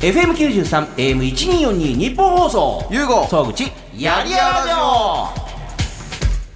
FM93、AM1242 日本放送。ゆうご総口、やりやらじょ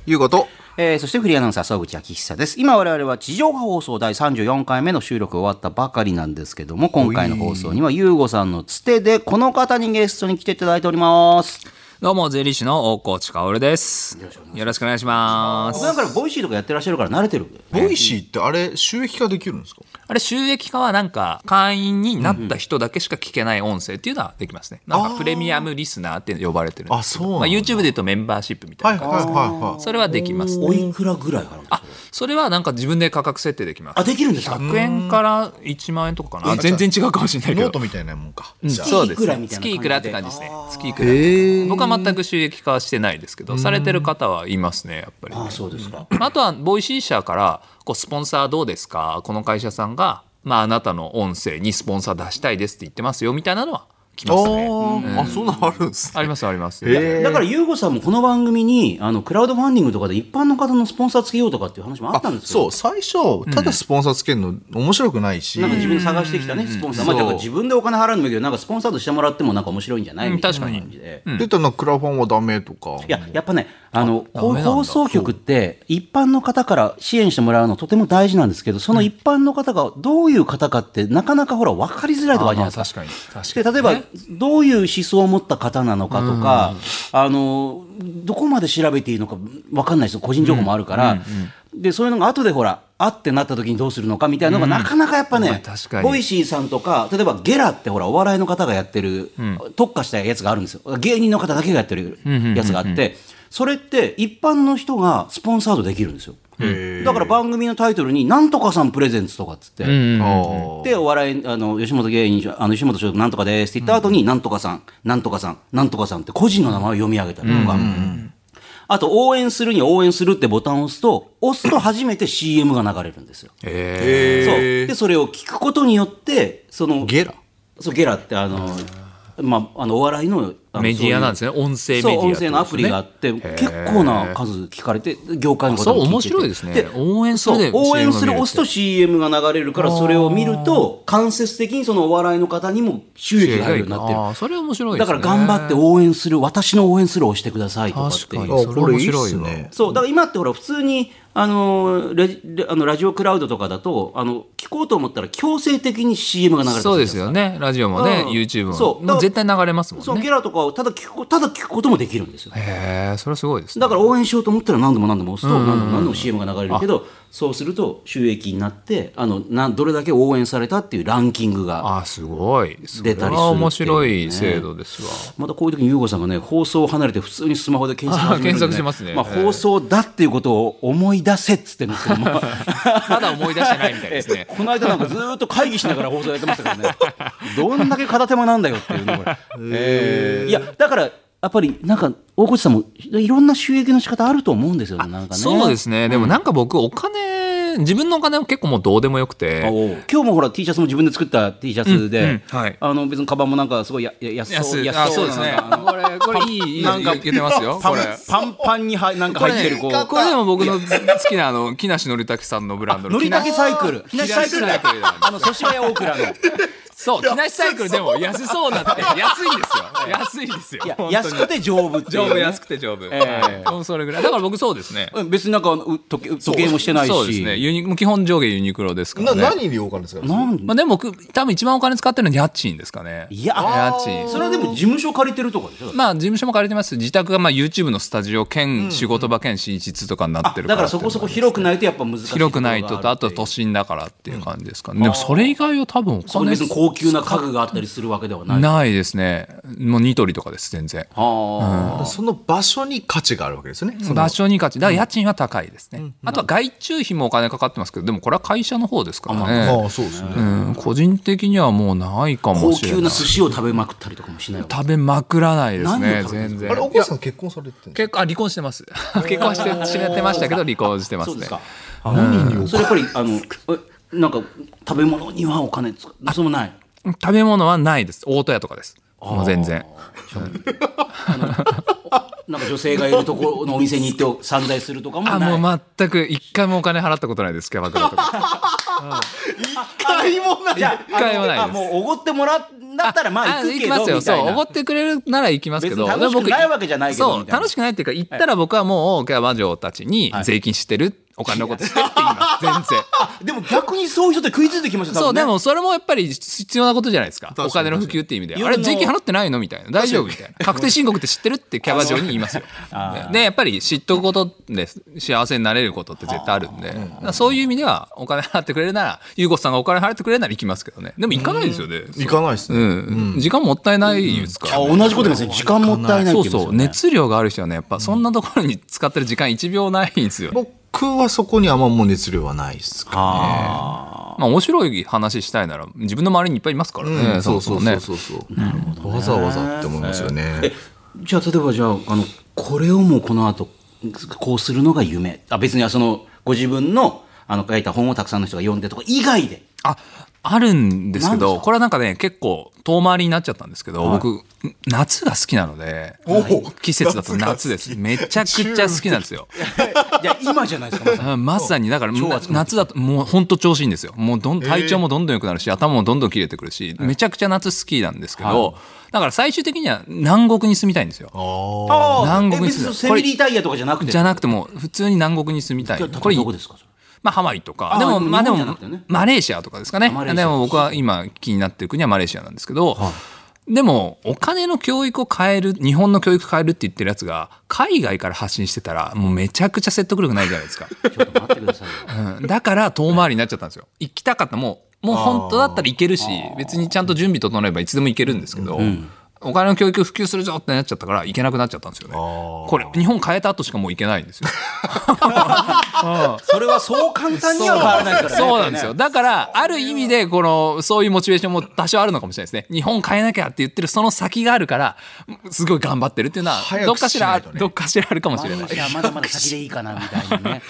ゆうごとえー、そしてフリーアナウンサー、総口昭久です。今我々は地上波放送第34回目の収録終わったばかりなんですけども、今回の放送には、ゆうごさんのつてで、この方にゲストに来ていただいております。どうも、税理士の大河内薫です。よろしくお願いします。僕なんかボイシーとかやってらっしゃるから慣れてる。ボイシーってあれ収益化できるんですかあれ、収益化はなんか、会員になった人だけしか聞けない音声っていうのはできますね。なんか、プレミアムリスナーって呼ばれてるんですあそうけなんだど、まあ、YouTube で言うとメンバーシップみたはいいなはい感じはいです。はそれはできます。おいくらぐらいかなあ、それはなんか自分で価格設定できまあ、す。できるんですか100円から1万円とかかな。全然違うかもしれないいけノどート。みたいなもんか、うんじゃあそうです月いくらねみたいな感じで月いくらって感じですね。月いくら。僕は全く収益化はしてないですけど、されてる方はいますね、やっぱり。あ、そうですか。まああとはボイシー社からこうスポンサーどうですかこの会社さんが、まあ、あなたの音声にスポンサー出したいですって言ってますよみたいなのは来ますね。あーあそんなのあるんですねありますあります。へーだから、ゆうごさんもこの番組に、あの、クラウドファンディングとかで一般の方のスポンサーつけようとかっていう話もあったんですけど、そう最初ただスポンサーつけるの面白くないし、なんか自分で探してきたね、スポンサー。まあ、そうだから自分でお金払うのもいいけど、なんかスポンサーとしてもらってもなんか面白いんじゃないうんみたいな感じで。出たのクラファンはダメとかいや、やっぱね、あの、こういうダメなんだ放送局って、一般の方から支援してもらうのとても大事なんですけど、その一般の方がどういう方かって、なかなかほら、分かりづらいとかあるじゃないですか。かに確で例えば、どういう思想を持った方なのかとか、あのどこまで調べていいのか分かんないですよ個人情報もあるから、でそういうのが後でほらあってなった時にどうするのかみたいなのが、なかなかやっぱねまあ確かにボイシーさんとか例えばゲラってほらお笑いの方がやってる、特化したやつがあるんですよ芸人の方だけがやってるやつがあって、それって一般の人がスポンサードできるんですよ。だから番組のタイトルに「なんとかさんプレゼンツ」とかっつって、あーでお笑いあの吉本芸人あの吉本所属なんとかですって言った後に、なんとかさんなんとかさんなんとかさんって個人の名前を読み上げたりとか、あと応援するには応援するってボタンを押すと押すと初めて CM が流れるんですよ。えそうへーでそれを聞くことによってそのゲラそうゲラってあの、まあ、あのお笑いのあーのメディアなんそういうですね。音声メデそィうア、音声のアプリがあって結構な数聞かれて業界の方も聞いててあそう面白いですね応援するでそう応援 CM するが見れて押すと CM が流れるからそれを見ると間接的にそのお笑いの方にも収益が入るようになってるあーそれ面白いでだすかね。ら頑張って応援する私の応援するを押してくださいとかって確いかうにそれ面白いあこれいいっすねわ。そうだから今ってほら普通にあのレジレあのラジオクラウドとかだとあの聞こうと思ったら強制的に CM が流れてくるそうですよね。ラジオもね、うん YouTube も。そうもう絶対流れますもそんうね。ゲラとかをただ聞くただ聞くこともできるんですよへえ、それはすごいですね。だから応援しようと思ったら何度も何度も押すと何度も何度も CM が流れるけどそうすると収益になってあのなんどれだけ応援されたっていうランキングがあーすごい。そ出れたりするっていうねは面白い制度ですわ。またこういう時に優吾さんがね放送を離れて普通にスマホで検索始めるんであ検索しますねまあ、ええ放送だっていうことを思い出せっつってんですけどもまだ思い出して ないみた いですね。この間なんかずーっと会議しながら放送やってましたからねどんだけ片手間なんだよっていうねこ れ、えいやだからやっぱりなんか大越さんもいろんな収益の仕方あると思うんですよねなんかねそうですね。でもなんか僕、お金、自分のお金は結構もうどうでもよくて。今日もほら T シャツも自分で作った T シャツで、うんうんはいあの別にカバンもなんかすごいやや安そう安あ、そうですね。これ、これいい、いい、なんかいけてますよ。パこンれ。パンパンにはなんかこれ入ってるね、こうこれでも僕の好 きな、あの、木梨憲武さんのブランドの。のりたけサイクル。木梨サイクルだ。あの、祖師ヶ谷大倉の。そう、木梨サイクルでも安そうだって、安いん ですよ。安いですよ。いや、安くて丈夫っていう丈ね。夫、安くて丈夫。ええもうそれぐらい。だから僕そうですね。うん別になんか、う時計時計もしてないし。そうですね。ユニもう基本上下ユニクロですからなね。何にお金ですかなんまあでも僕、多分一番お金使ってるのは家賃ですかね。いや家賃。それはでも事務所借りてるとかでしょまあ、事務所も借りてますし自宅がまあ YouTube のスタジオ兼仕事場兼寝室とかになってるからだからそこそこ広くないとやっぱ難しい。広くないととあと都。心だからっていう感じですかね、でもそれ以外は多分おそんな金別に高級な家具があったりするわけではない。はないですねもうニトリとかです全然あ。その場所に価値があるわけですよねその場所に価値だから家賃は高いですね、あとは外注費もお金かかってますけどでもこれは会社の方ですからあね、あそうですね、うん、個人的にはもうないかも高しれな級いな寿司を食べまくったりとかもしないわけ。食べまくらないです何ねを食べるん全然あれお母さん結婚されてるんです結構あ離婚してます 結婚してしてましたけど離婚してまそうですねすか。うんそれやっぱり、あの、えなんか、食べ物にはお金使う。そうもない。食べ物はないです大戸屋とかですもう全然なんか女性がいるところのお 店に行って散財するとかも あない。 もう全く一回もお金払ったことないですキャバクラとか一回もない。じゃ一回もないであのすあもうおごってもらうんだったらまあ行くけどあ行きますよみたいそうなおごってくれるなら行きますけど別に楽しくないわけじゃないけどそうみたいな楽しくないっていうか行ったら僕はもうキャバ嬢たちにい税金してる、お金のことしてって言います全然でも逆にそういう人って食いついてきましたそう、多分ねでもそれもやっぱり必要なことじゃないですか。かにお金の普及っていう意味で。あ夜れ、の税金払ってないのみたいな。大丈夫みたいな。確定申告って知ってるってキャバ嬢に言いますよ。でで、やっぱり知っとくことで幸せになれることって絶対あるんで、だからそういう意味ではお金払ってくれるなら、ゆうこさんがお金払ってくれるなら行きますけどね。でも行かないですよね。行かないですうね。ん。時間もったいないですからね。あ同じことですね時間もったいないっそうていそう。うね熱量がある人はね、やっぱそんなところに使ってる時間1秒ないんですよね。僕はそこにあんまもう熱量はないですか。あまあ面白い話したいなら、自分の周りにいっぱいいますからね。うんそうそうももそうねそうそう。わざわざって思いますよね。ーじゃあ例えばじゃああのこれをもうこの後こうするのが夢あ別にそのご自分のあの書いた本をたくさんの人が読んでとか以外でああるんですけなんですどこれはなんかね結構遠回りになっちゃったんですけど、僕夏が好きなのでお季節だと夏ですめちゃくちゃ好きなんですよじゃあ今じゃないですかまさにうんまさにだからな夏だともうほんと調子いいんですよもうどん体調もどんどん良くなるし、頭もどんどん切れてくるし、めちゃくちゃ夏好きなんですけど、だから最終的には南国に住みたいんですよああ南国えに別するにセミリータイヤとかじゃなくてじゃなくても普通に南国に住みたいじゃあこれどこですかそれまあ、ハワイとか。あでも、でもまあ日で本もじゃなくてね、マレーシアとかですかね。マレーシアでも僕は今気になってる国はマレーシアなんですけど、でも、お金の教育を変える、日本の教育変えるって言ってるやつが、海外から発信してたら、もうめちゃくちゃ説得力ないじゃないですか。ちょっと待ってくださいようんだから遠回りになっちゃったんですよ。行きたかったもう、もう本当だったらいけるし、別にちゃんと準備整えばいつでもいけるんですけど、お金の教育普及するぞってなっちゃったから、行けなくなっちゃったんですよね。これ、日本変えた後しかもう行けないんですよ。それはそう簡単には変わらないからねそうなんですよ。ねだから、ある意味で、この、そういうモチベーションも多少あるのかもしれないですね。日本変えなきゃって言ってるその先があるから、すごい頑張ってるっていうのは、早どっくかししなら、いとねどっかしらあるかもしマれレなーい。シアまだまだ先でいいかなみたいなね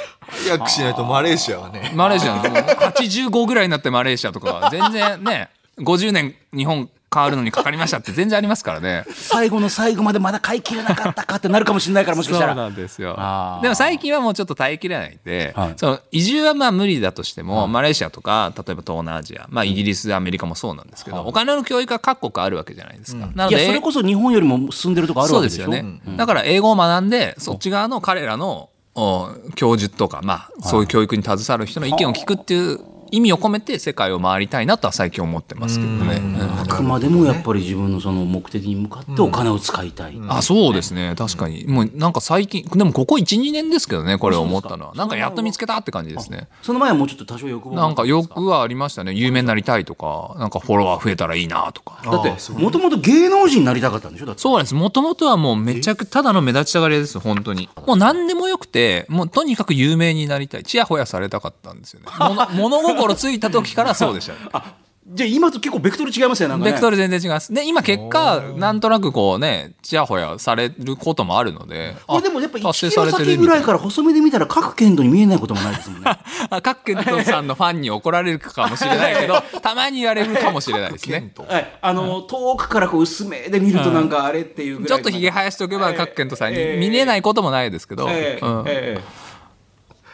早くしないとマレーシアはね。マレーシアの、もう85ぐらいになってマレーシアとかは、全 然ね、50年日本変わるのにかかりましたって全然ありますからね。最後の最後までまだ買い切れなかったかってなるかもしれないからもしかしたそらうなんですよあーでも最近はもうちょっと耐えきれないんで、はいその移住はまあ無理だとしても、マレーシアとか例えば東南アジア、まあ、イギリスアメリカもそうなんですけど、お金の教育は各国あるわけじゃないですか、ないのやでそれこそ日本よりも進んでるとこあるそわうけでですしょよね、だから英語を学んでそっち側の彼らのお教授とか、まあ、そういう教育に携わる人の意見を聞くっていう意味を込めて世界を回りたいなとは最近思ってますけどね、うんあくまでもやっぱり自分のその目的に向かってお金を使いたい、あそうですね確かに、もうなんか最近でもここ12年ですけどねこれを思ったのはなんかやっと見つけたって感じですねその前はもうちょっと多少欲望なんかよくくはありましたね有名になりたいとかなんかフォロワー増えたらいいなとかだってもともと芸能人になりたかったんでしょだってそうなんですもともとはもうめちゃくただの目立ちたがり屋です本当にもう何でもよくてもうとにかく有名になりたいちやほやされたかったん ですよねもの物心ついた時からそうでしたねあじゃあ今と結構ベクトル違いますよねなんかねベクトル全然違いますで今結果なんとなくこうねちやほやされることもあるのでこれでもやっぱあ1達成キさロれてる先ぐらいから細目で見たら各剣道に見えないこともないですもんねあ各ケントさんのファンに怒られるかもしれない けど、たまに言われるかもしれないですね。 はいあの遠くからこう薄めで見るとなんかあれっていうぐちらょいっとひげ生やしておけばええ各ケントさんにええ見れないこともないですけど、ええうんええ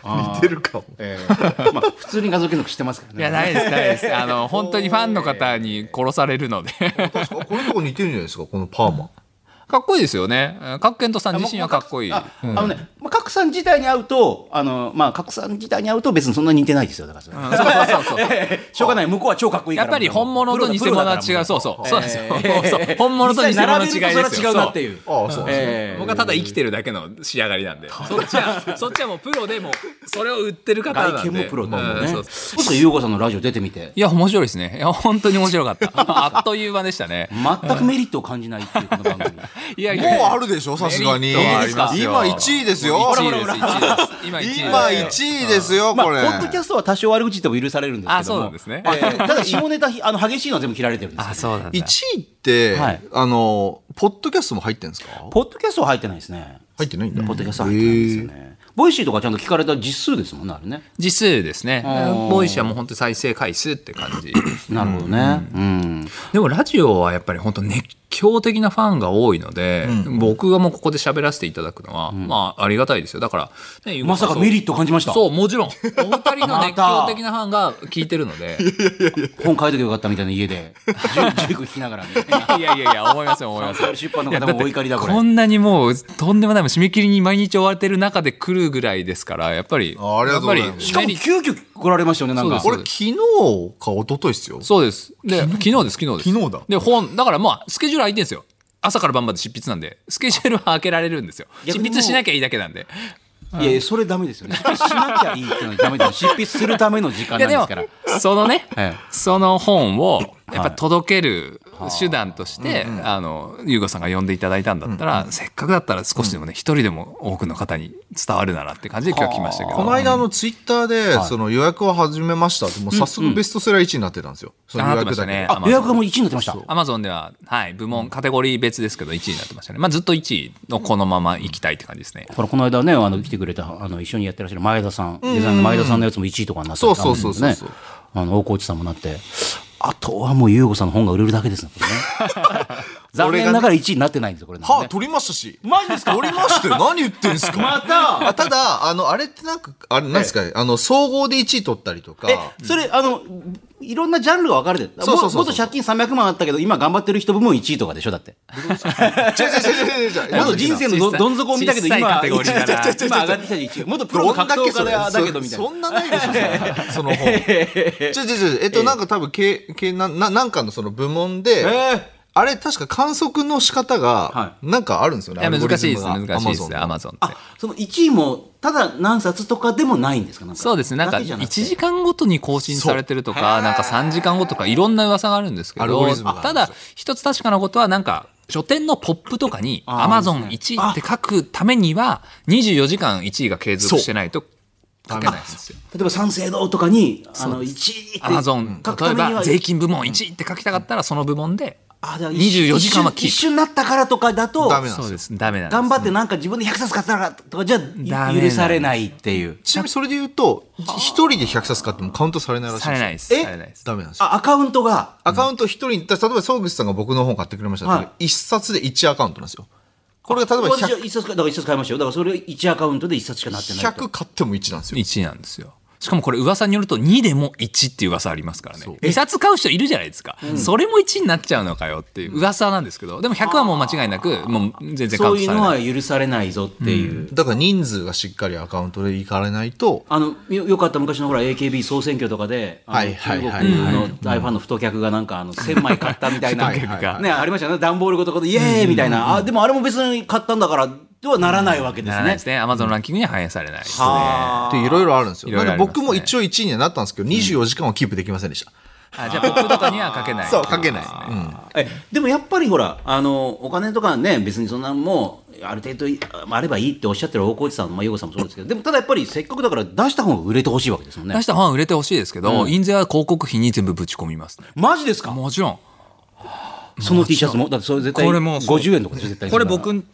似てるかも。ええまあ普通に画像検索してますからねいや、ないです、ないです。あ の、本当にファンの方に殺されるので。確かこのとこ似てるんじゃないですか、このパーマ。 かっこいいですよね。各ケントさん自身はかっこいい。ああのね、まあ、角さん自体に会うと、あの、まあ、角さん自体に会うと、別にそんなに似てないですよ。だからそれ、そうそう そ うそう。しょうがない、向こうは超かっこいいかやっら。ぱり本物と偽物は違う。そうう。そう。そうですよ。ええ そう本物と偽物の違いです実よ。際並べるとそれは違うなっていう。ああ、そうですね。え僕はただ生きてるだけの仕上がりなんで、そっちは、そっちはもうプロでもう、それを売ってる方なんで。外見もプロだもんうね。んそそううですか、ゆうごさんのラジオ出てみて、いや、面白いですね。いや、本当に面白かった。 あっという間でしたね。全くメリットを感じないっていうこの番組。いや、いもうやあるでしょ、さすがに。メリットはありますよ今1位ですよ。 1位です、1位です。今1位です。今1位ですよ、まあ、こポれ。ッドキャストは多少悪口言っても許されるんですけども。あそうなんですねええただ、下ネタひ、あの、激しいのは全部切られてるんですよ。そうなん1位って、はいあの、ポッドキャストも入ってんですかポッドキャストは入ってないですね。入ってないんだ。ポッドキャストは入ってないですよね。ボイシーとかちゃんと聞かれた実数ですもんね、あれね。実数ですねー。ボイシーはもう本 当に再生回数って感じ。なるほどね。うん。でもラジオはやっぱり本当熱強敵なファンが多いので、僕がもうここで喋らせていただくのは、まあありがたいですよだから、ね、まさかメリット感じましたそうもちろんお二 人の熱狂的なファンが聞いてるので本書いときゃよかったみたいな家で塾聞きながらみたいない やいやいや思いますよ思いま すよ出版の方もお怒りだこれこんなにもうとんでもないもう締め切りに毎日追われてる中で来るぐらいですからやっぱりあありがとうございますやっぱりしかも急遽来られましたよねなんかそう俺昨日か一昨日っすよ。そうです。で、昨日です、昨日です。昨日だで、本、だからまあ、スケジュール空いてるんですよ。朝から晩まで執筆なんで、スケジュールは開けられるんですよ。逆執にもう筆しなきゃいいだけなんで。いやいやそれダメですよね執筆しなきゃいいっていうのはダメだよ執筆するための時間いやなんででもすから、そのね、えその本を、やっぱはい届ける手段として、あの、ゆうごさんが呼んでいただいたんだったら、せっかくだったら少しでもね、一人でも多くの方に伝わるならって感じで今日来ましたけど。この間あのツイッターでその予約を始めましたってもう早速ベストセラー1位になってたんですよ。その予約だけであなってましたねああ予約がもう1位になってましたアマゾンでは、はい、部門、カテゴリー別ですけど、1位になってましたね。まあ、ずっと1位のこのまま行きたいって感じですね。ほらこの間ねあの来てくれたあの一緒にやってらっしゃる前田さんデザインの前田さんのやつも1位とかになってたそうそうそうそうあのねあの大河内さんもなってあとはもう優吾さんの本が売れるだけですねこれ ね残念ながら1位になってないんですよこれねはあ、取りましたし。マジですか取りましたよ。何言ってんすかまたただ、あの、あれってなんか、あれなんですかね、あの、総合で1位取ったりとか。えそれあのいろんなジャンルが分かれてるそうそうそうそうももっと借金300万あったけど今頑張ってる人部門1位とかでしょだって違う違う違う違う違うもっと人生のど小さいどん底を見たけど今小さいカテゴリーだな違う違う違う違う今上がってきた1位もっとプロの格闘家だだけどみたいそなんなないでしょその本ちょちょちょえっとなんか多分けけなななんかのその部門で、あれ確か観測の仕方はがなんかあるんですよね、いや難しいですアルゴリズムが難しいですね Amazon アのマゾンってあその1位もただ何冊とかでもないんですかなんかそうですねなんかだけじゃ1なくて時間ごとに更新されてるとかなんか3時間ごとかいろんな噂があるんですけアルゴリどズムがあるたんですよだ一つ確かなことはなんか書店のポップとかに「アマゾン1位」って書くためには24時間1位が継続してないと書けないんですよ。例えば三省堂とかにあの1位ってアマゾン書く例たえめにばは税金部門1位って書きたかったらその部門であだから一瞬24時間はキ一ー瞬なったからとかだとダメなんですよプそうですダメなんです頑張ってなんか自分で100冊買ったからとかじゃダメなん許ですされないっていうちなみにそれで言うと一人で100冊買ってもカウントされないらしいさんでれすよえないですされないですダメなんですよあアカウントがアカウント一人に例えば総口さんが僕の本買ってくれましたけど、はい一冊で一アカウントなんですよこれが例えば私は 100, 一冊かだから一冊買いましたよだからそれ1アカウントで1冊しかなってないと100買っても1なんですよ1位なんですよしかもこれ噂によると2でも1っていう噂ありますからね2冊買う人いるじゃないですか、それも1になっちゃうのかよっていう噂なんですけどでも100はもう間違いなくもう全然カそウうントいさうれのないは許されないぞっていう、だから人数がしっかりアカウントでいかれないとあのよよかった昔のほら AKB 総選挙とかで、あのはいはい中はい国の大ファンの太客がなんかあの1000枚買ったみたいな、太客がね、ありましたよね、段ボールごとことイエーイみたいな、あでもあれも別に買ったんだからではならないわけでなすらないねで。すねアマゾンランキングには反映されないですねはっていろいろあるんですよ。いろいろあなんでりますね僕も一応1位にはなったんですけど、24時間はキープできませんでした。あじゃあ僕とかには書けないそう、書けない。うんあえでもやっぱりほらあのお金とかね別にそんなもうある程度いあればいいっておっしゃってる大河内さんもまあ陽子さんもそうですけどでもただやっぱりせっかくだから出した方が売れてほしいわけですもんね出。した本は売れてほしいですけど、印税は広告費に全部ぶち込みますねマジですかもちろんその T シャツもだってそれ絶対これもそう50円とかでしょ絶対にこれ僕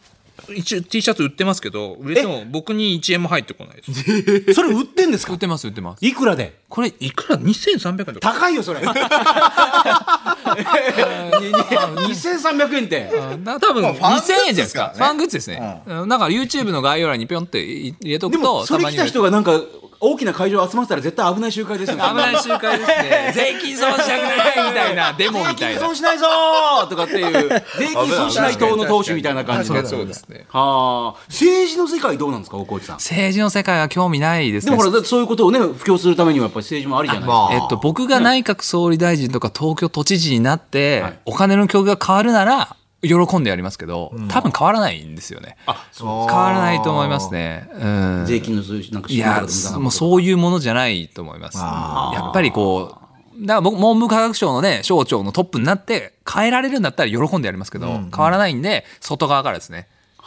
一応 T シャツ売ってますけど売れても僕に1円も入ってこないですそれ売ってんです売かってます売ってますいくらでこれいくら2300円とか高いよそれ2300円ってあだ多分まあファングッ2000ズ円じゃないですかですからねファングッズですね、うんだから YouTube の概要欄にピョンって入れとでくもとそれたま来にた人がなんか大きな会場集まってたら絶対危ない集会ですよね 危ない集会です ね税金損したくないみたいなデモみたい税金な損しないぞーとかっていう税金損しない党の党首みたいな感じで確かにそうですねはあ政治の世界どうなんですか大河内さん政治の世界は興味ないですでねもほらだってそういうことをね布教するためにはやっぱり政治もありじゃないですかまあ、えっと、僕が内閣総理大臣とか東京都知事になって、はいお金の供給が変わるなら喜んでやりますけど、多分変わらないんですよね変変わらないと思います。ねうん税金のそういうなんかい仕組みとやかでもうそういうものじゃないと思いますやっぱりこうだから僕文部科学省のね省庁のトップになって変えられるんだったら喜んでやりますけど、変わらないんで外側からですね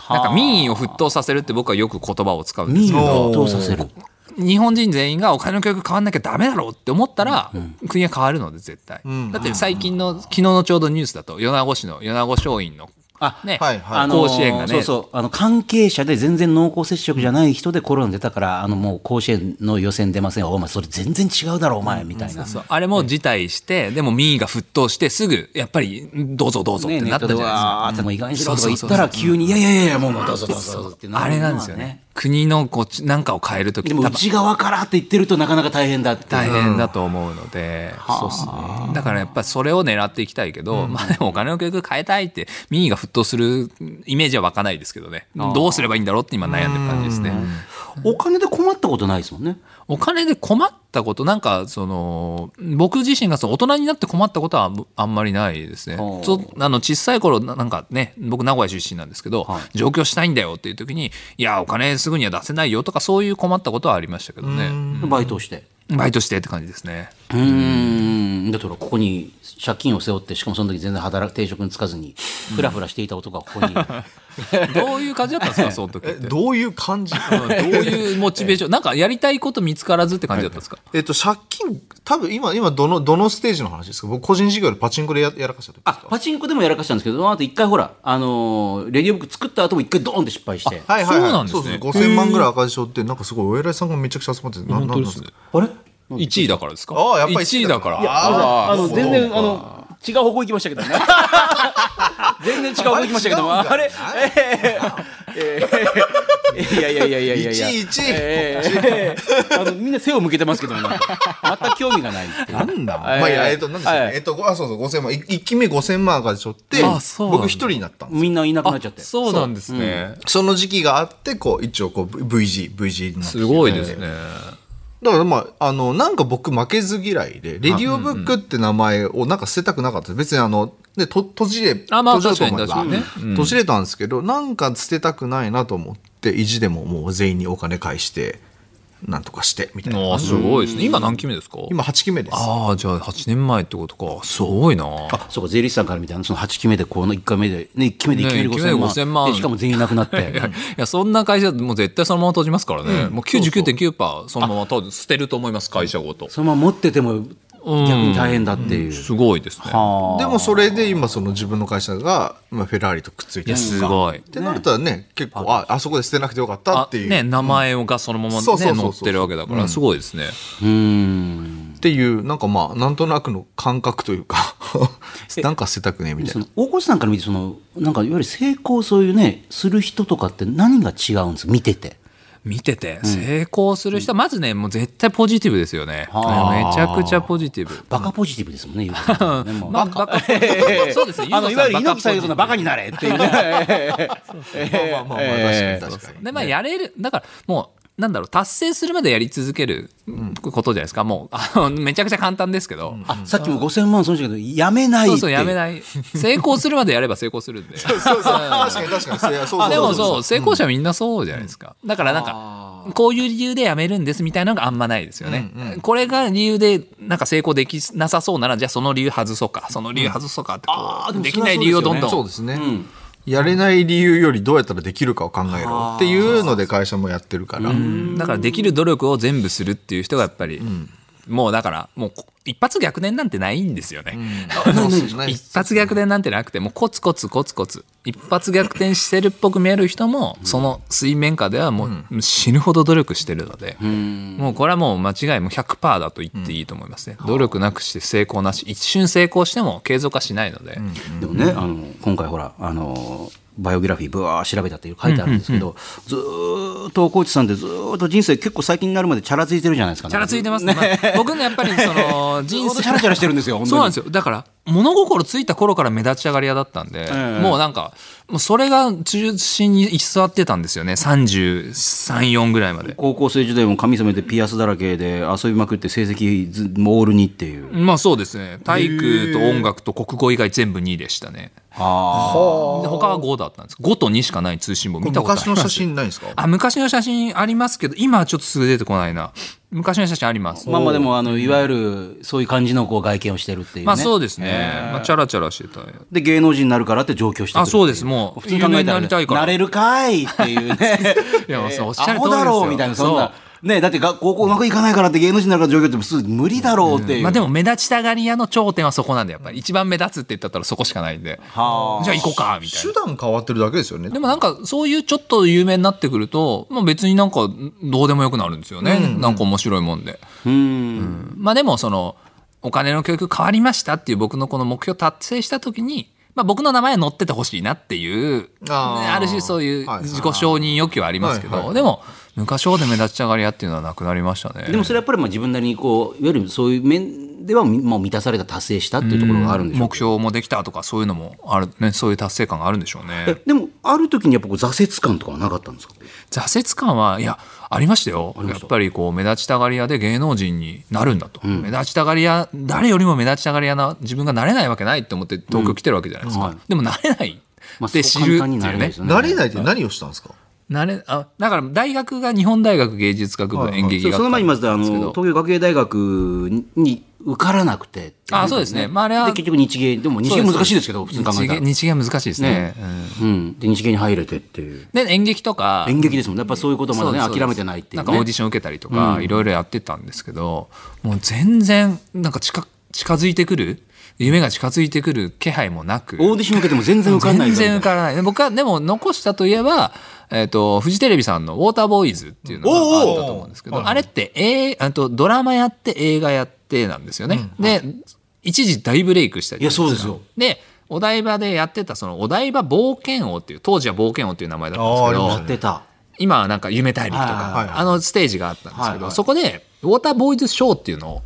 なんか民意を沸騰させるって僕はよく言葉を使うんです民け意どをどうさせる日本人全員がお金の教育変わんなきゃダメだろうって思ったら、国は変わるので絶対、だって最近の昨日のちょうどニュースだと米子市の米子松蔭のあね、はいはいあのー甲子園がねそうそうあの関係者で全然濃厚接触じゃない人でコロナ出たからあのもう甲子園の予選出ませんお前それ全然違うだろお前みたいな、そうあれも辞退して、でも民意が沸騰してすぐやっぱりどうぞどうぞっねてネなッったトじでゃないですか。わーってもう意外にしろとか言っそうたそうら急にいやいやいやいやもうもうどうぞどうぞどうぞってあれなんですよなるのはね。国のこうなんかを変えるときでも内側からって言ってるとなかなか大変だって大変だと思うので、そうっすね。だからやっぱりそれを狙っていきたいけど、まあでもお金の教育変えたいって民意が沸騰するイメージは湧かないですけどね。どうすればいいんだろうって今悩んでる感じですね。お金で困ったことないですもんねお金で困ったことなんかその僕自身がその大人になって困ったことはあんまりないですねおうそあの小さい頃ななんかね僕名古屋出身なんですけど、上京したいんだよっていう時にいやお金すぐには出せないよとかそういう困ったことはありましたけどねバイトをしてバイトしてって感じですねうーんだってほらここに借金を背負ってしかもその時全然働く定職に就かずにふらふらしていた男がこ こにどういう感じだったん ですかその時っえてどどういう感じういうモチベーションなんかやりたいこと見つからずって感じだったんですかえっと、借金、多分今、今、どの、どのステージの話ですか僕、個人事業でパチンコでややらかした時ですあかパチンコでもやらかしたんですけどあと一回ほらあのーレディオブック作った後も一回ドーンって失敗してあはいはいはい。そうなんですねそうそう5000万ぐらい赤字症って、なんかすごいお偉いさんがめちゃくちゃ集まってて、ななんなんですかれ1位だからですかああやっぱり1位だからああの全然あの違う方向行きました けどね全然違う方向行きましたけどもあれいやいやいやいやいやいやいちいちええあのみんな背を向けてますけどもなんか全く興味がないっていうなんだ、はいまあ、いや、えっと、なんでしょうね。はいえっと、あ、そうそう、5000万。い一期目5000万赤字しょって、あそうなんだ僕一人になったんですよみんないなくなっちゃってそうなんですね、その時期があって、こう、一応、こう、V- VG、VG になってすごいですね、だからまあ、あの、なんか僕負けず嫌いで、レディオブックって名前をなんか捨てたくなかった。別にあの、ね、と閉じれ、あまあ閉じようと思えば確かに確かにねうん閉じれたんですけど、なんか捨てたくないなと思って、意地でももう全員にお金返して、なんとかして、みたいあな。あすごいですね今何期目ですか今8期目です。ああじゃあ8年前ってことかすごいなあそうか税理士さんから見たらその8期目でこの1回目で、ね、1期目でいきなりね一期目で5000 5000万万でしかも全員いなくなっい てやいやそんな会社もう絶対そのまま閉じますからね、もう99.9%そのまま多分捨てると思います会社ごとそのまま持ってても逆に大変だっていう、すごいですねはあでもそれで今その自分の会社が、まあ、フェラーリとくっついいてやるすごいってなるとね、結構、あ、あそこで捨てなくてよかったあっていう。ね名前がそのままねそうそうそうそ載うってるわけだからすごいですね、うーんっていう、なんかまあ、なんとなくの感覚という か、なんか捨てたくね、みたいそな。の大越さんから見てそのなんかいわゆる成功そういうねする人とかって何が違うんです見てて見てて成功する人はまずねもう絶対ポジティブですよね、はめちゃくちゃポジティブバカポジティブですもんね、ゆうきさんねもうまあバカ そうですねあのいわゆるバカ猪木さん言うとのバカになれっていう ねまあまあまあ、えー確かに確かに。でまあやれるだからもうなんだろう達成するまでやり続けることじゃないですか、もうあのめちゃくちゃ簡単ですけど、あさっきも5000万損したけどやめないってそうそうやめいない成功するまでやれば 成功するんでそうそう確かに確かにそうそうそうでもそう成功者はみんなそうじゃないですか、だからなんかこういう理由でやめるんですみたいなのがあんまないですよね、これが理由でなんか成功できなさそうならじゃあその理由外そうかその理由外そうかってこあーう、でもでそきれはない理由をどんどんそうですね、やれない理由よりどうやったらできるかを考えろっていうので会社もやってるから、だからできる努力を全部するっていう人がやっぱり、もうだからもうこ一発逆転なんてないんですよね、そうですね一発逆転なんてなくてもうコツコツコツコツ一発逆転してるっぽく見える人もその水面下ではもう死ぬほど努力してるので、もうこれはもう間違いもう100%だと言っていいと思いますね、努力なくして成功なし一瞬成功しても継続はしないので、でもねあの今回ほらあのバイオグラフィーぶわー調べたっていう書いてあるんですけど、ずーっとコーチさんってずーっと人生結構最近になるまでチャラついてるじゃないですか、ね、チャラついてますね、まあ僕ねやっぱりそ のずー人っと生チャラチャラしてるんですよ本当にそうなんですよだから物心ついた頃から目立ち上がり屋だったんで、えもうなんかもうそれが中心に居座ってたんですよね334ぐらいまで。高校生時代も髪染めてピアスだらけで遊びまくって成績ずモールにっていうまあそうですね体育と音楽と国語以外全部2でしたねあで他は5だったんです5と2しかない通信簿見たことあ昔りのます写真ないんですかあ昔の写真ありますけど今はちょっとすぐ出てこないな昔の写真ありますあまあまあでもあのいわゆるそういう感じのこう外見をしてるっていうね、まあそうですね、まあ、チャラチャラしてたで芸能人になるからって上京してくるあそうですもう普通に考えた 有名になりたいかられるかいっていうねいや、そうおっしゃアる通ホりですよ。だろうみたいなそんなうね、だって学校うまくいかないからって芸能人になるから上京って普通無理だろうっていう。まあでも目立ちたがり屋の頂点はそこなんでやっぱり一番目立つって言ったったらそこしかないんではあじゃあ行こうかみたい手な。段変わってるだけですよね。でもなんかそういうちょっと有名になってくると、まあ、別になんかどうでもよくなるんですよね、なんか面白いもんで。うん。まあでもそのお金の教育変わりましたっていう僕のこの目標達成した時に、まあ、僕の名前は載っててほしいなっていうあーねある種そういうはいはい自己承認欲求はありますけはいはどでも昔ほど目立ちたがり屋っていうのはなくなりましたね。でもそれはやっぱりまあ自分なりにこう、いわゆるそういう面ではもう満たされた達成したっていうところがあるんでしょう目標もできたとかそういうのもあるねそういう達成感があるんでしょうねえでも、ある時にやっぱこう挫折感とかはなかったんですか挫折感はいやありましたよやっぱりこう目立ちたがり屋で芸能人になるんだと、目立ちたがり屋誰よりも目立ちたがり屋な自分がなれないわけないって思って東京来てるわけじゃないですか、はいでもなれないまあ、っそうて知る簡って単になれいなういねですよね。なれないって何をしたんですかなれあだから大学が日本大学芸術学部演劇そう学その前にまずあのですけ東ど京学芸大学に受からなくてっていあそうですねまああれはで結局日芸でも日芸難しいですけど普通に考えたら日芸日芸難しいですねねうんうん、で日芸に入れてっていうで演劇とか演劇ですもんねやっぱそういうことまでねそうです諦めてないっていう、なんね、かオーディション受けたりとかいろいろやってたんですけど、もう全然なんか近近づいてくる夢が近づいてくる気配もなくオーディション受けても全然受かんない全ぞみたい然な受からない僕はでも残したといえば、えっとフジテレビさんの「ウォーターボーイズ」っていうのがおーあったと思うんですけど、あれって、えー、あとドラマやって映画やってなんですよね。で一時大ブレイクしたじゃないかいやそうですよでお台場でやってたそのお台場冒険王っていう当時は冒険王っていう名前だったんですけあーありまどしやってた今はなんか夢大陸とはか、いはいはいあのステージがあったんですけど、はいはいそこでウォーターボーイズショーっていうのを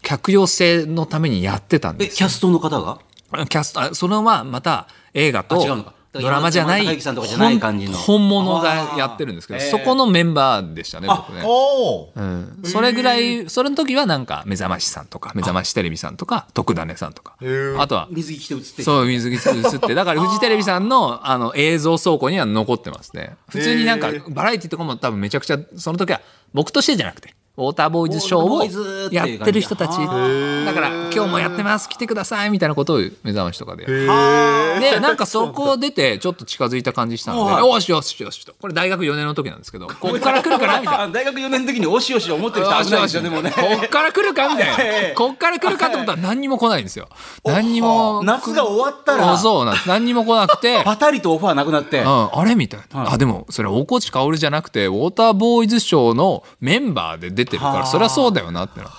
客寄せのためにやってたんえですキャストの方がキャストあそれはまた映画あと違うのかだからドラマじゃな山田孝い之さんとかじゃない感じの本本物がやってるんですけど、あーそこのメンバーでしたね僕ね。おーうんそれぐらいそれの時はなんか目覚ましさんとか目覚ましテレビさんとか徳種さんとかへえあとは水着着て映ってうそう水着映ってだからフジテレビさんのあの映像倉庫には残ってますね普通になんかへーバラエティとかも多分めちゃくちゃその時は僕としてじゃなくてウォーターボーイズショウォーターボーイズーっをていうや感じってる人たちへーだから今日もやってます来てくださいみたいなことを目覚ましとかでやってへーでなんかそこを出てちょっと近づいた感じしたのでよしよしよしとこれ大学4年の時なんですけどこっから来るかな みたいなあ大学4年の時におしおし思ってる人あは危ないですよねもうねこっから来るかみ たいな。こっから来るかってことは何にも来ないんですよ。何にも。夏が終わったらそうなんです。何にも来な くて。パタリとオファーなくなってうん、あれみたいな。あ、でも、それ、大河内薫じゃなくて、ウォーターボーイズショーのメンバーで出てるかはあら、そりゃそうだよなってなって。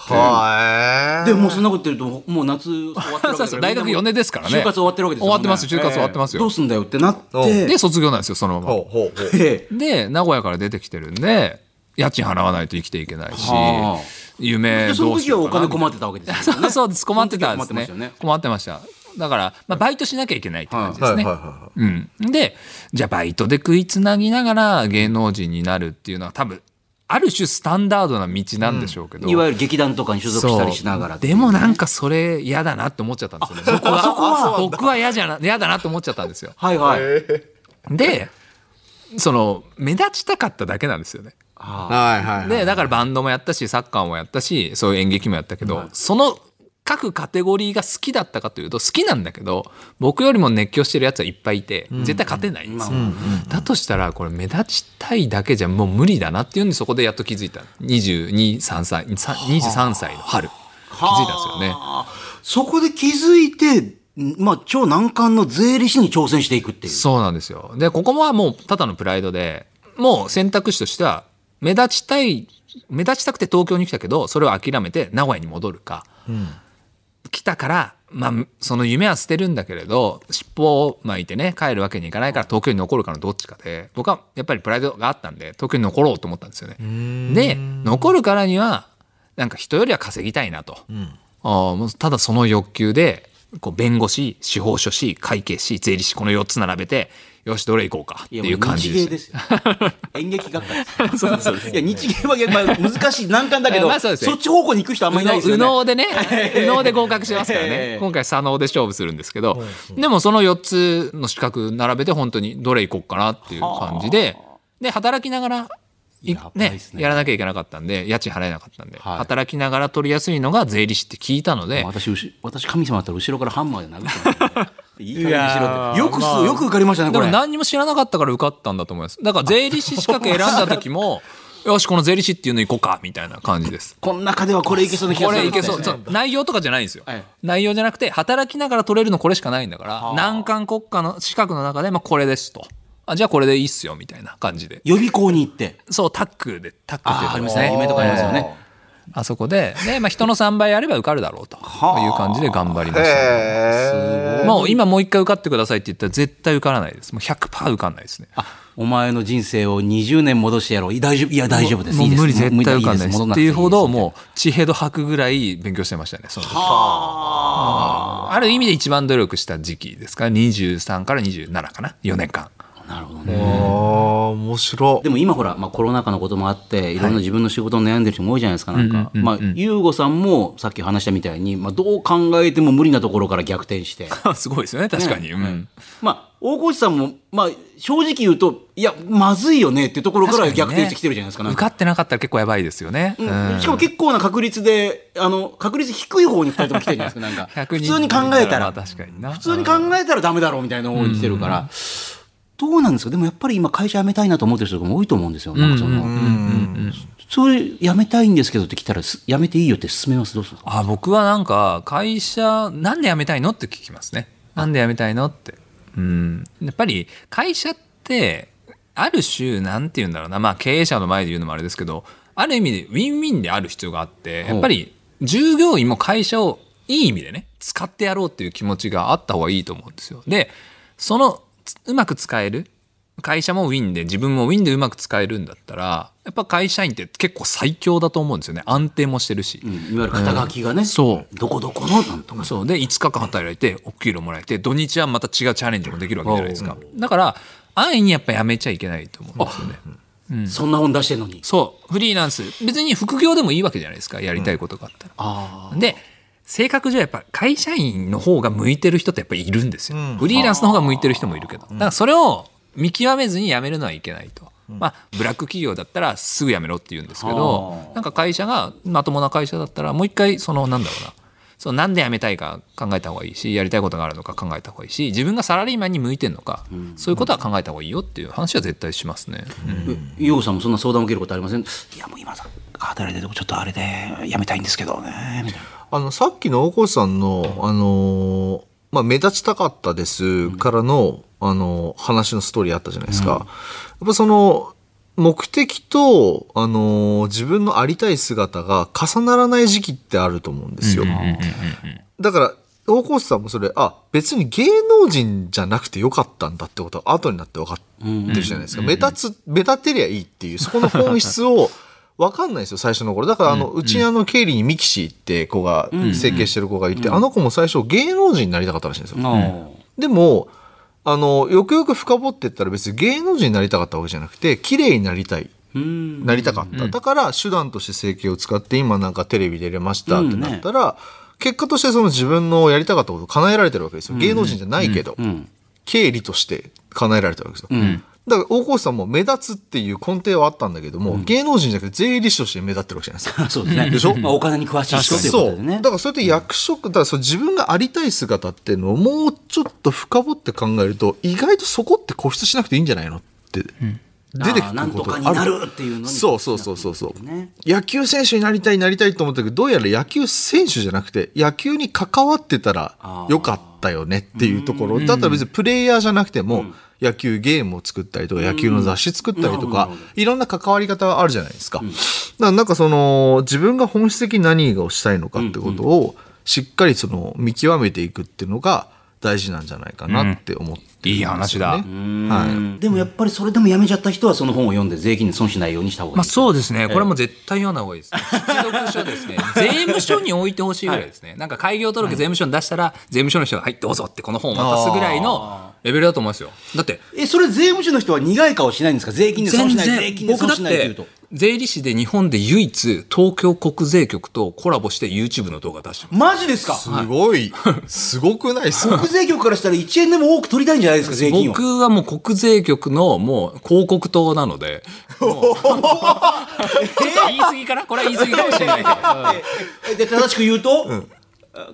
はでももうそんなこと言ってるともう夏終わってるわけだから そうそう、大学4年ですからね。就活終わってるわけです終よわねってます、就活終わってますどよう。すんだよってなってで、卒業なんですよ、そのままほ。うほうほうでで、名古屋から出てきてるんで、家賃払わないと生きていけないしはあ、夢でそのどうし時よはうおかな金困ってたわけですよ そねうそうです困ってたんですねその時は困ってましたよね困ってましただから、まあ、バイトしなきゃいけないって感じではすいはね、いはいはうん、でじゃあバイトで食いつなぎながら芸能人になるっていうのは多分ある種スタンダードな道なんでしょうけど、いわゆる劇団とかに所属したりしながらそうでもなんかそれ嫌だなって思っちゃったんですよねそこは僕は嫌じゃな嫌だなって思っちゃったんですよはいはい、でその目立ちたかっただけなんですよねいはいはいはいでだからバンドもやったしサッカーもやったしそういう演劇もやったけど、その各カテゴリーが好きだったかというと好きなんだけど僕よりも熱狂してるやつはいっぱいいて絶対勝てないんですよ、だとしたらこれ目立ちたいだけじゃもう無理だなっていうのにそこでやっと気づいた223歳さ23歳の春気づいたんですよね。あーそこで気づいて、まあ、超難関の税理士に挑戦していくっていう。そうなんですよ。で、ここはもうただのプライドで、もう選択肢としては、目立ちたい、目立ちたくて東京に来たけど、それを諦めて名古屋に戻るか、来たから、まあ、その夢は捨てるんだけれど、尻尾を巻いてね、帰るわけにいかないから東京に残るかのどっちかで、僕はやっぱりプライドがあったんで、東京に残ろうと思ったんですよね。で、残るからには、なんか人よりは稼ぎたいなと。ああもうただその欲求でこう弁護士司法書士会計士税理士この4つ並べてよしどれ行こうかっていやいう感じもう日芸でですすよ。演劇学科です。 そうです。いや、日芸は、まあ、難しい難関だけど、まあそうそですねっち方向に行く人あんまりいないですよ右ね。脳でね右脳で合格してますからええね今回左脳で勝負するんですけどでもその4つの資格並べて本当にどれ行こうかなっていう感じでで働きながらいやばいねっすねやらなきゃいけなかったんで家賃払えなかったんではい働きながら取りやすいのが税理士って聞いたので私、うし私、神様だったら後ろからハンマーで殴っても いいいい加減にしろっやて。ーよくす、まあよく受かりましたね、でこもれ。 何にも知らなかったから受かったんだと思います。だから税理士資格選んだ時も、よし、この税理士っていうの行こうか、みたいな感じです。この中ではこれいけそうな気がこするれいけってそう。そう内容とかじゃないんですよはい。内容じゃなくて、働きながら取れるのこれしかないんだから、難関国家の資格の中で、まあこれですと。あ、じゃあこれでいいっすよ、みたいな感じで。予備校に行ってそう、タックで、タックってあいうありとまこすね夢とかありますよねあそこで、で、まあ人の3倍やれば受かるだろうという感じで頑張りました。へもう今もう一回受かってくださいって言ったら絶対受からないです。もう100%受かんないですね。お前の人生を20年戻してやろうい大丈夫いや大丈夫ですもいういです無理絶対受かんないです。戻っなくていうほいいどですもう血へど吐くぐらい勉強してましたね。その時うんある意味で一番努力した時期ですから、23から27かな、4 年間。なるほどあねー面白でも今ほら、まあ、コロナ禍のこともあっていろんな自分の仕事を悩んでる人も多いじゃないですかなんかまあ優吾さんもさっき話したみたいに、まあ、どう考えても無理なところから逆転してすごいですよね、確かに。うんまあ大河内さんも、まあ、正直言うといやまずいよねっていうところから確かに逆ね転してきてるじゃないですかなん受かかってなかったら結構やばいですよね。うんしかも結構な確率であの確率低い方に2人とも来てるじゃないですかなん か100普人通に考えたまらあ確かにな。普通に考えたらダメだろうみたいな方に来てるから、どうなんですかでもやっぱり今会社辞めたいなと思ってる人とかも多いと思うんですよ、なんかその、それ辞めたいんですけどって来たらす辞めていいよって勧めますどうするんですかあ僕はなんか会社なんで辞めたいのって聞きますねなんで辞めたいのってうんやっぱり会社ってある種なんて言うんだろうなまあ経営者の前で言うのもあれですけどある意味でウィンウィンである必要があってやっぱり従業員も会社をいい意味でね使ってやろうっていう気持ちがあった方がいいと思うんですよでそのつうまく使える会社もウィンで自分もウィンでうまく使えるんだったらやっぱ会社員って結構最強だと思うんですよね安定もしてるし、いわゆる肩書きがね、そうどこどこのなんとかそうで5日間働いてお給料もらえて土日はまた違うチャレンジもできるわけじゃないですかだから安易にやっぱやめちゃいけないと思うんですよねそんな本出してるのにそうフリーランス別に副業でもいいわけじゃないですかやりたいことがあったら、あで性格上やっぱ会社員の方が向いてる人ってやっぱりいるんですよ、フリーランスの方が向いてる人もいるけどだからそれを見極めずに辞めるのはいけないと、まあブラック企業だったらすぐ辞めろって言うんですけどなんか会社がまともな会社だったらもう一回そのなんだろうなそのなんで辞めたいか考えた方がいいしやりたいことがあるのか考えた方がいいし自分がサラリーマンに向いてるのか、そういうことは考えた方がいいよっていう話は絶対しますね。優吾さんもそんな相談を受けることありませんいやもう今さ働いてるとこちょっとあれで辞めたいんですけどねみたいなあのさっきの大越さんの、あのーまあ、目立ちたかったですからの、あのー話のストーリーあったじゃないですか、やっぱその目的と、あのー自分のありたい姿が重ならない時期ってあると思うんですよ、だから大越さんもそれあ別に芸能人じゃなくてよかったんだってことは後になって分かってるじゃないですか、目立つ目立てりゃいいっていうそこの本質を分かんないですよ最初の頃だからあの、うちにあの経理にミキシーって子が整形してる子がいて、あの子も最初芸能人になりたかったらしいんですよ、でもあのよくよく深掘っていったら別に芸能人になりたかったわけじゃなくて綺麗になりたいうんなりたかった、だから手段として整形を使って今なんかテレビ出れましたってなったら、結果としてその自分のやりたかったことを叶えられてるわけですよ芸能人じゃないけど、経理として叶えられたわけですよ、だから大河内さんも目立つっていう根底はあったんだけども、芸能人じゃなくて税理士として目立ってるわけじゃないですかあ そうですねでしょまあ、お金に詳しい人ということでねそうだからそれって役職、だからその自分がありたい姿っていうのをもうちょっと深掘って考えると意外とそこって固執しなくていいんじゃないのって出てあーくなるんとこかとがにあなるっていうのにそうそうそうそうそう、ね野球選手になりたいなりたいと思ったけどどうやら野球選手じゃなくて野球に関わってたらよかったよねっていうところだったら別にプレイヤーじゃなくても野球ゲームを作ったりとか野球の雑誌作ったりとかいろんな関わり方があるじゃないですか。だからなんかその自分が本質的に何をしたいのかってことをしっかりその見極めていくっていうのが大事なんじゃないかなって思ってるんですよねいい話だはいでもやっぱりそれでもやめちゃった人はその本を読んで税金に損しないようにした方がいい。まあそうですね。これも絶対言わない方がいいですね。必読書です ね。税務署に置いてほしいぐらいですね。なんか開業届税務署に出したら、税務署の人が、はい、どうぞってこの本を渡すぐらいのレベルだと思いますよ。だって、え、それ税務署の人は苦い顔しないんですか税金で損し全ない、税然金、で僕損だっしないって言うてと。、税理士で日本で唯一、東京国税局とコラボして YouTube の動画出してます。マジですかすごい、すごくない ですか国税局からしたら1円でも多く取りたいんじゃないですか、税金を。僕はもう国税局のもう広告塔なので、 もうちょっと言い過ぎかなこれは言い過ぎかもしれないけど。えで、正しく言うと、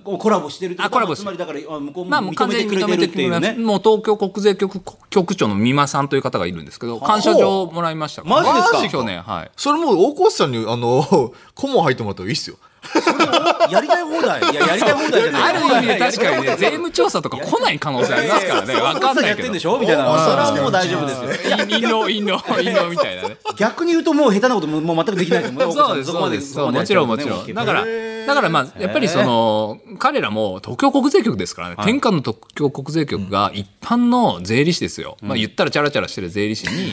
こうコラボしてるってことはあコラボしてつまりだからあ向こうもまあ、もう認完め全てにくれて認めるてっくていれうますねもう東京国税局局長の美馬さんという方がいるんですけど、感謝状をもらいました。マジですかマジ去年、はい。それもう大河内さんに、あの、 顧問入ってもらったらいいっすよ。 やりたい放題いややりたい放題じゃない ある意味で確かにね、税務調査とか来ない可能性ありますからね、わかんないやってけど。んでし陰ょみたいなあそれはそうもう大丈夫ですよ謀、陰謀、陰謀みたいなね。逆に言うともう下手なことももう全くできないですもんねそうです、こそまうです。こまもちろん、もちやろってるん。のだねから、だからまあ、やっぱりその、彼らも東京国税局ですからね、天下の東京国税局が一般の税理士ですよ。まあ言ったらチャラチャラしてる税理士に、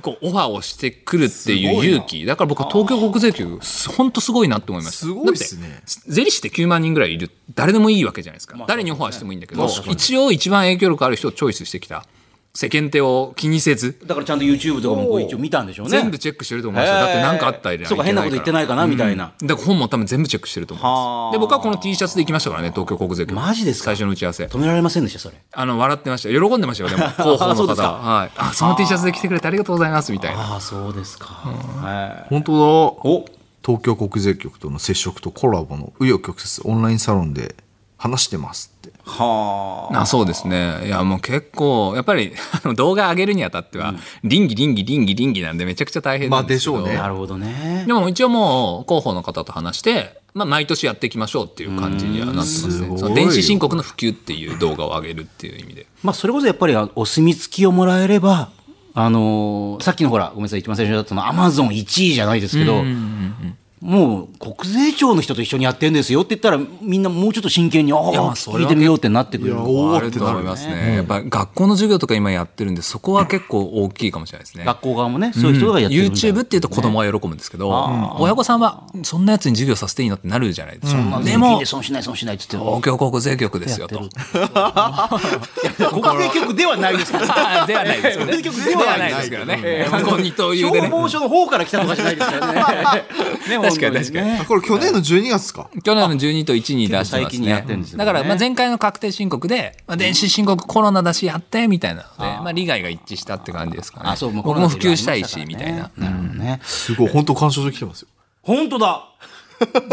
こう、オファーをしてくるっていう勇気。だから僕、東京国税局、本当すごいなって思いました。すごいっすねだって税理士って9万人ぐらいいる。誰でもいいわけじゃないですか。誰にオファーしてもいいんだけど、一応一番影響力ある人をチョイスしてきた。世間体を気にせず。だからちゃんと YouTube とかもこう一応見たんでしょうね全部チェックしてると思いますよ。だって何かあったらいけそうか変なこと言ってないかなみたいな、だから本も多分全部チェックしてると思いはまあす。で、僕はこの T シャツで行きましたからね、東京国税局。マジですか最初の打ち合わせ。止められませんでしたそれあの、笑ってました。喜んでましたよ、でも、広報あそうのです方かは。はい。あ、その T シャツで来てくれてありがとうございます、みたいな。ああそうですか、はい本当だ。お東京国税局との接触とコラボの紆余曲折オンラインサロンで話してますって。はあそうですね。いや、もう結構、やっぱり、 あの、動画上げるにあたっては、倫理、倫理、倫理、倫理なんで、めちゃくちゃ大変なんですけど。まあでしょうねあなるほどねでも一応もう広報の方と話して、まあ、毎年やっていきましょうっていう感じにはなってますうーんすごね。いその電子申告の普及っていう動画を上げるっていう意味で。まあ、それこそやっぱりあのお墨付きをもらえれば、あのーさっきのほらごめんなさい一番最初だったのアマゾン1位じゃないですけど、もう国税庁の人と一緒にやってんですよって言ったらみんなもうちょっと真剣にああやまあそ聞れはいてみようってなってくるのかいやおーあると思いますね。やっぱり学校の授業とか今やってるんで、そこは結構大きいかもしれないですね。学校側もねそういう人がやってるみたいな YouTube っていうと子供は喜ぶんですけど、親御さんはそんなやつに授業させていいのってなるじゃないですか。まあで税金もで、損しない損しないって言って東京高校税局ですよと。国税局ではないですけどではないですよね。国税局ではないでではすけけどどねね。学校にというで消ね。防署の方から来たとかじゃないですから ねね確かに本当確かにねあこれ去年の12月か。去年の12と1に出して結構最ます近にやねってんですよねだからまあ前回の確定申告で、まあ、電子申告コロナだしやってみたいなのでまあ、利害が一致したって感じですかねあそうう僕も普及したいしみたいな、なるほどねすごい。本当感謝状来てますよ。本当だ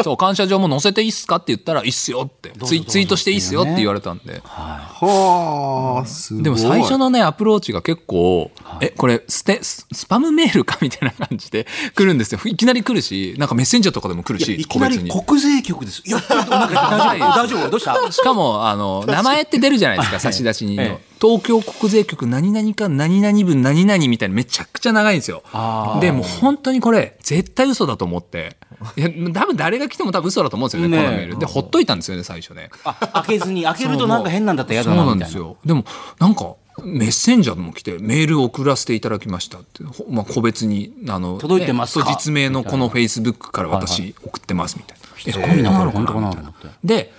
そう感謝状も載せていいっすかって言ったらいいっすよってぞツイどうぞツイートしていいっすよって言われたんではあ、すごい。でも最初のねアプローチが結構えこれステススパムメールかみたいな感じで来るんですよ いきなり来るしなんかメッセンジャーとかでも来るしいきな個別りに国税局です。いや、なんか大丈夫、大丈夫、どうした。しかも、あの、名前って出るじゃないですか、差出人えの。東京国税局何々か何々分何々みたいなめちゃくちゃ長いんですよあー。で、もう本当にこれ、絶対嘘だと思って。いや、多分誰が来ても多分嘘だと思うんですよね、ねえこのメール。で、ほっといたんですよね、最初ね。あ開けずに、開けるとなんか変なんだったらそ嫌うだななんみでたいすな。よ。でも、なんか、メッセンジャーも来て、メールを送らせていただきましたって、ほまあ、個別に、あの、届いてますかね実名のこのフェイスブックから私送ってますみたいな。えごいなこんこれのか本な当かないとみた思なっ。で、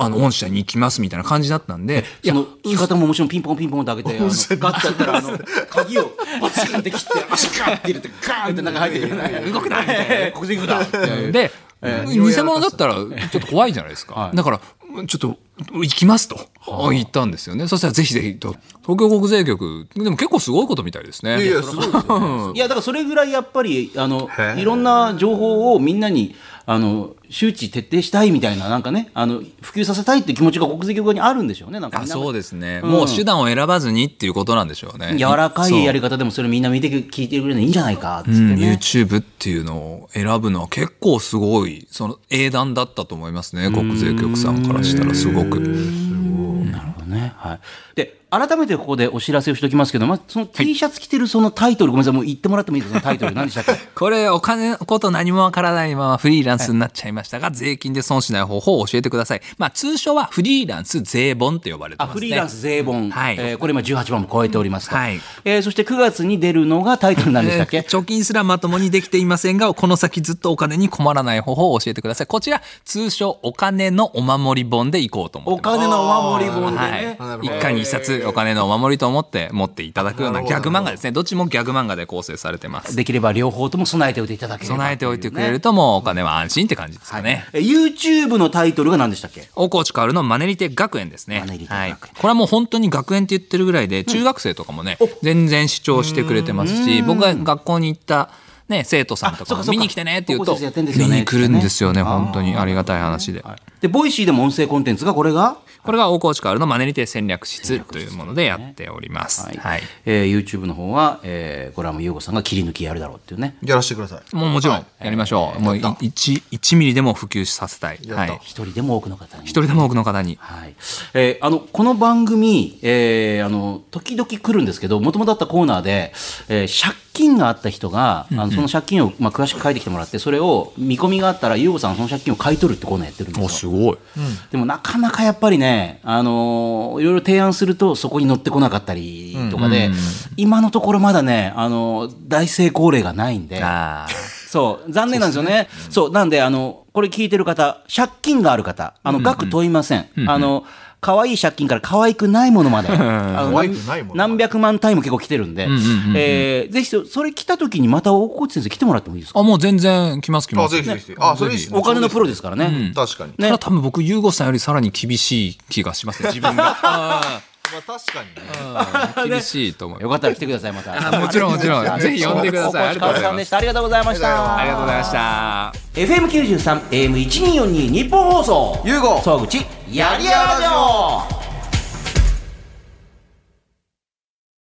あの、御社に行きますみたいな感じだったんで、いそやの、言い方ももちろんピンポンピンポンって開けて、あのガッてやったら、あの、鍵をパチンって切って、足ガッて入れて、ガーンって中入ってくるね。動くなみたいなえー国税局だ。で、偽物だったらちょっと怖いじゃないですか、だからちょっと行きますと言ったんですよねそしたらぜひぜひと東京国税局でも結構すごいことみたいですねいやいや、すごいですよね。いや、だからそれぐらいやっぱり、あのへ、ーいろんな情報をみんなに、あの、周知徹底したいみたいな、なんかね、あの、普及させたいって気持ちが国税局側にあるんでしょうね。なんかあみんなそうですね、んもう手段を選ばずにっていうことなんでしょうね柔らかいやりり方でもそれみんな見て聞いてくれるのいいんじゃないかっつってうん、ね。 YouTube っていうのを選ぶのは結構すごいその英断だったと思いますね国税局さんからしたらすごく。なるほどね。はい。で、改めてここでお知らせをしておきますけど、まずその T シャツ着てるそのタイトル、ごめんなさい、もう言ってもらってもいいです か、そのタイトル、何でしたっけこれお金のこと何もわからないままフリーランスになっちゃいましたが、税金で損しない方法を教えてください。まあ通称はフリーランス税本って呼ばれてあますね。フリーランス税本、はいえーこれ今18番も超えておりますと、はいえーそして9月に出るのがタイトルなんでしたっけ、えー 貯金すらまともにできていませんが、この先ずっとお金に困らない方法を教えてください。こちら、通称お金のお守り本でいこうと思おってます。金のお守り本でね、はい、一家に一冊お金のお守りと思って持っていただくようなギャグ漫画ですね。どっちもギャグ漫画で構成されてます。できれば両方とも備えておいていただければ備えておいてくれるともうお金は安心って感じですかね。えー YouTube のタイトルが何でしたっけ大河内薫のマネリテ学園ですね。マネリテ学園はい。これはもう本当に学園って言ってるぐらいで、中学生とかもね、全然主張してくれてますし、僕が学校に行った、ね、生徒さんとかあそうかもそうか見に来てねって言う高校と、生やってんですよ見ねに来るんですよね、本当にありがたい話で。で、ボイシーでも音声コンテンツがこれが、これが大河内カールのマネリテ戦略室というものでやっております。ははいい。えー YouTube の方は、えー、これはもう優吾さんが切り抜きやるだろうっていうね。やらせてください。もうもちろんやりましょう。もうい1、1ミリでも普及させたい。はい。一一人でも多くの方に。人でも多くの方に。はいえーあのこの番組、えーあの時々来るんですけどもともとあったコーナーで、えー借金があった人が、あのその借金を、まあ、詳しく書いてきてもらってそれを見込みがあったら優吾さんはその借金を買い取るってコーナーやってるんですよごい。でもなかなかやっぱりね、あのーいろいろ提案するとそこに乗ってこなかったりとかで、今のところまだね、あのー大成功例がないんで。ああ。そう、残念なんですよね。そう、なんで、あの、これ聞いてる方、借金がある方、あの、額問いません。あの、可愛い借金から可愛くないものま で。あの可愛くないものまで何百万単位も結構来てるんで、えーぜひ、それ来た時にまた大河内先生来てもらってもいいですかあ、もう全然来ます来まあ、す。ぜひぜひ。あ、それいいですねお金のプロですからね。確かに。ねただ多分僕、ゆうごさんよりさらに厳しい気がしますね、自分が。あまあ確かにね。あ厳しいと思う。よかったら来てください、また。あもちろんもちろ ん。ぜひ呼んでください。ありがとうござお疲れい様までしす。たありがとうございました。ありがとうございました。 FM93、AM1242 日本放送。ゆうご総口、やりやらじょう